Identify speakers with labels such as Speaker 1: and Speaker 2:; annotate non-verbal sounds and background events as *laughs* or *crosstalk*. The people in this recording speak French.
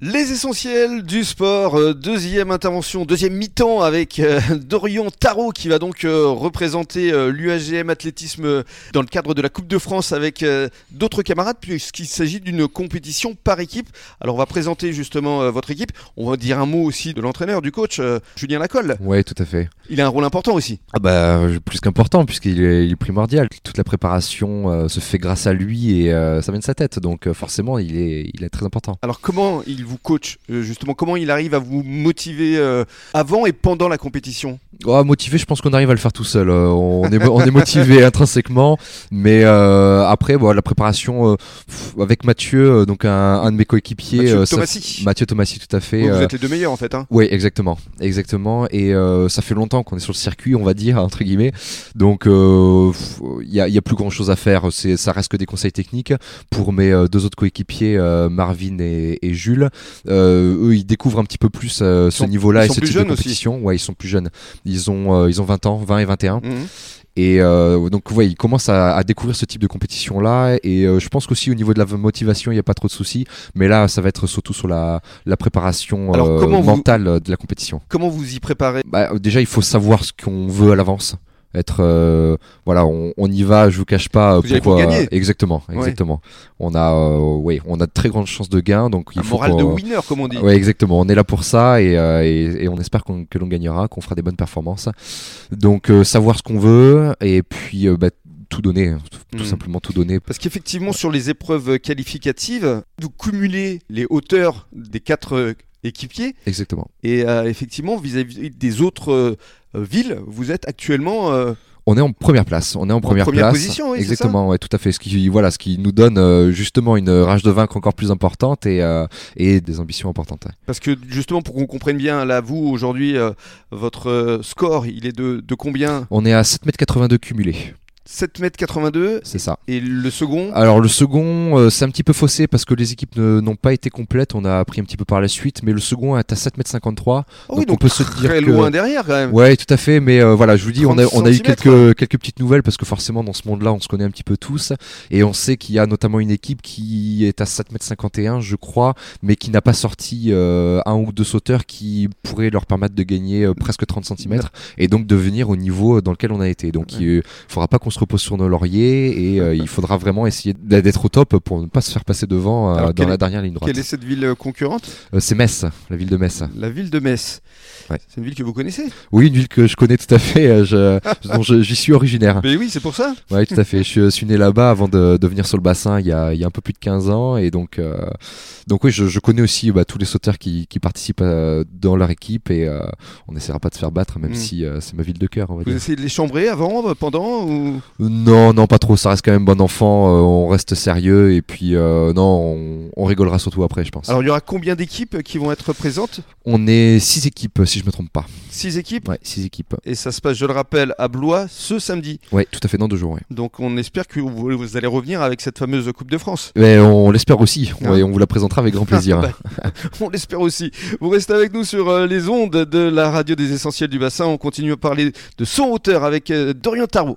Speaker 1: Les essentiels du sport, euh, deuxième intervention, deuxième mi-temps avec euh, *laughs* Dorian Tarot qui va donc euh, représenter l'UAGM athlétisme euh, dans le cadre de la Coupe de France avec euh, d'autres camarades puisqu'il s'agit d'une compétition par équipe. Alors on va présenter justement euh, votre équipe, on va dire un mot aussi de l'entraîneur, du coach, euh, Julien Lacolle.
Speaker 2: Ouais, tout à fait.
Speaker 1: Il a un rôle important aussi.
Speaker 2: Ah bah euh, plus qu'important puisqu'il est, il est primordial. Toute la préparation euh, se fait grâce à lui et euh, ça vient de sa tête. Donc euh, forcément, il est, il est très important.
Speaker 1: Alors comment il vous coach euh, justement, comment il arrive à vous motiver euh, avant et pendant la compétition
Speaker 2: Oh, motivé, je pense qu'on arrive à le faire tout seul. Euh, on est, on est *laughs* motivé intrinsèquement, mais euh, après, bon, la préparation euh, pff, avec Mathieu, euh, donc un, un de mes coéquipiers,
Speaker 1: Mathieu
Speaker 2: euh, ça-
Speaker 1: Thomasy.
Speaker 2: Mathieu Thomasy, tout à fait.
Speaker 1: Vous, vous
Speaker 2: euh,
Speaker 1: êtes les deux meilleurs en fait. hein.
Speaker 2: Oui, exactement, exactement. Et euh, ça fait longtemps qu'on est sur le circuit, on va dire entre guillemets. Donc, euh, pff, il n'y a, il y a plus grand chose à faire. C'est, ça reste que des conseils techniques pour mes euh, deux autres coéquipiers, euh, Marvin et, et Jules. Euh, eux, ils découvrent un petit peu plus euh, ce
Speaker 1: sont-
Speaker 2: niveau-là
Speaker 1: ils
Speaker 2: et
Speaker 1: sont
Speaker 2: ce
Speaker 1: plus
Speaker 2: type de
Speaker 1: jeunes aussi.
Speaker 2: compétition. Ouais, ils sont plus jeunes. Ils ont, euh, ils ont 20 ans, 20 et 21.
Speaker 1: Mhm.
Speaker 2: Et euh, donc, ouais, ils commencent à, à découvrir ce type de compétition-là. Et euh, je pense qu'aussi au niveau de la motivation, il n'y a pas trop de soucis. Mais là, ça va être surtout sur la, la préparation
Speaker 1: Alors,
Speaker 2: euh,
Speaker 1: comment vous-
Speaker 2: mentale euh, de la compétition.
Speaker 1: Comment vous y préparez
Speaker 2: Bah, euh, déjà, il faut savoir ce qu'on veut à l'avance. Être, euh, voilà, on, on y va. Je vous cache pas. euh,
Speaker 1: Vous y allez pour
Speaker 2: pourquoi-
Speaker 1: gagner.
Speaker 2: Exactement, exactement. On a, euh, ouais, on a de très grandes chances de gain. Donc, il
Speaker 1: Un
Speaker 2: faut
Speaker 1: moral de
Speaker 2: qu'on- Ah
Speaker 1: winner comme on dit.
Speaker 2: Ouais, exactement. On est là pour ça et, euh, et- et on espère qu'on- que l'on gagnera, qu'on fera des bonnes performances. Donc, euh, savoir ce qu'on veut et puis euh, bah, tout donner, tout, tout
Speaker 1: Mm.
Speaker 2: simplement tout donner.
Speaker 1: Parce qu'effectivement, sur les épreuves qualificatives, vous cumulez les hauteurs des quatre euh, équipiers.
Speaker 2: Exactement.
Speaker 1: Et euh, effectivement, vis-à-vis des autres euh, villes, vous êtes actuellement. euh,
Speaker 2: On est en première place. On est en première,
Speaker 1: première
Speaker 2: place.
Speaker 1: position, oui, c'est
Speaker 2: Exactement, ouais, tout à fait. Ce qui, voilà, ce qui nous donne euh, justement une rage de vaincre encore plus importante et, euh, et des ambitions importantes. ouais.
Speaker 1: parce que justement, pour qu'on comprenne bien, là, vous, aujourd'hui, euh, votre euh, score, il est de, de combien
Speaker 2: On est à 7m82 cumulé.
Speaker 1: 7m82
Speaker 2: C'est ça.
Speaker 1: et le second
Speaker 2: Alors le second, euh, c'est un petit peu faussé parce que les équipes ne- n'ont pas été complètes. On a appris un petit peu par la suite, mais le second est à 7m53.
Speaker 1: Ah oui,
Speaker 2: donc on peut se dire
Speaker 1: très
Speaker 2: que-
Speaker 1: loin derrière quand même.
Speaker 2: Ouais, tout à fait. Mais euh, voilà, je vous dis, on a,
Speaker 1: 30
Speaker 2: on a eu
Speaker 1: centimètres,
Speaker 2: quelques, quelques petites nouvelles parce que forcément, dans ce monde-là, on se connaît un petit peu tous. Et on sait qu'il y a notamment une équipe qui est à 7m51, je crois, mais qui n'a pas sorti euh, un ou deux sauteurs qui pourraient leur permettre de gagner euh, presque 30 cm et donc de venir au niveau euh, dans lequel on a été. Donc, il euh, faudra pas qu'on se repose sur nos lauriers et euh, il faudra vraiment essayer d'a- d'être au top pour ne pas se faire passer devant euh,
Speaker 1: Alors,
Speaker 2: dans
Speaker 1: quelle est-
Speaker 2: la dernière ligne droite.
Speaker 1: Quelle est cette ville euh, concurrente
Speaker 2: Euh, C'est Metz, la ville de Metz.
Speaker 1: La ville de Metz.
Speaker 2: Ouais.
Speaker 1: C'est une ville que vous connaissez
Speaker 2: Oui, une ville que je connais tout à fait, euh, je- dont je- j'y suis originaire.
Speaker 1: Mais oui, c'est pour ça.
Speaker 2: Ouais, tout à fait. Je suis- euh, je suis né là-bas avant de, de venir sur le bassin il y, a, il y a un peu plus de 15 ans. Et donc, euh, donc oui, je, je connais aussi bah, tous les sauteurs qui, qui participent euh, dans leur équipe. Et euh, on n'essaiera pas de se faire battre, même
Speaker 1: Mm.
Speaker 2: si euh, c'est ma ville de cœur, on va
Speaker 1: Vous
Speaker 2: dire.
Speaker 1: essayez de les chambrer avant, euh, pendant ou...
Speaker 2: Non, non, pas trop. Ça reste quand même bon enfant. euh, on reste sérieux. Et puis, euh, non, on, on rigolera surtout après, je pense.
Speaker 1: Alors, il y aura combien d'équipes qui vont être présentes
Speaker 2: on est six équipes, si je me trompe pas.
Speaker 1: Six équipes.
Speaker 2: Ouais, six équipes.
Speaker 1: Et ça se passe, je le rappelle, à Blois ce samedi.
Speaker 2: Ouais, tout à fait, dans deux jours, ouais.
Speaker 1: Donc, on espère que vous, vous allez revenir avec cette fameuse Coupe de France. *laughs*
Speaker 2: Mais on l'espère aussi.
Speaker 1: Ah.
Speaker 2: Ouais, on vous la présentera avec
Speaker 1: *laughs*
Speaker 2: grand plaisir.
Speaker 1: Bah, on l'espère aussi. Vous restez avec nous sur euh, les ondes de la radio des essentiels du bassin. On continue à parler de son auteur avec euh, Dorian Tarot.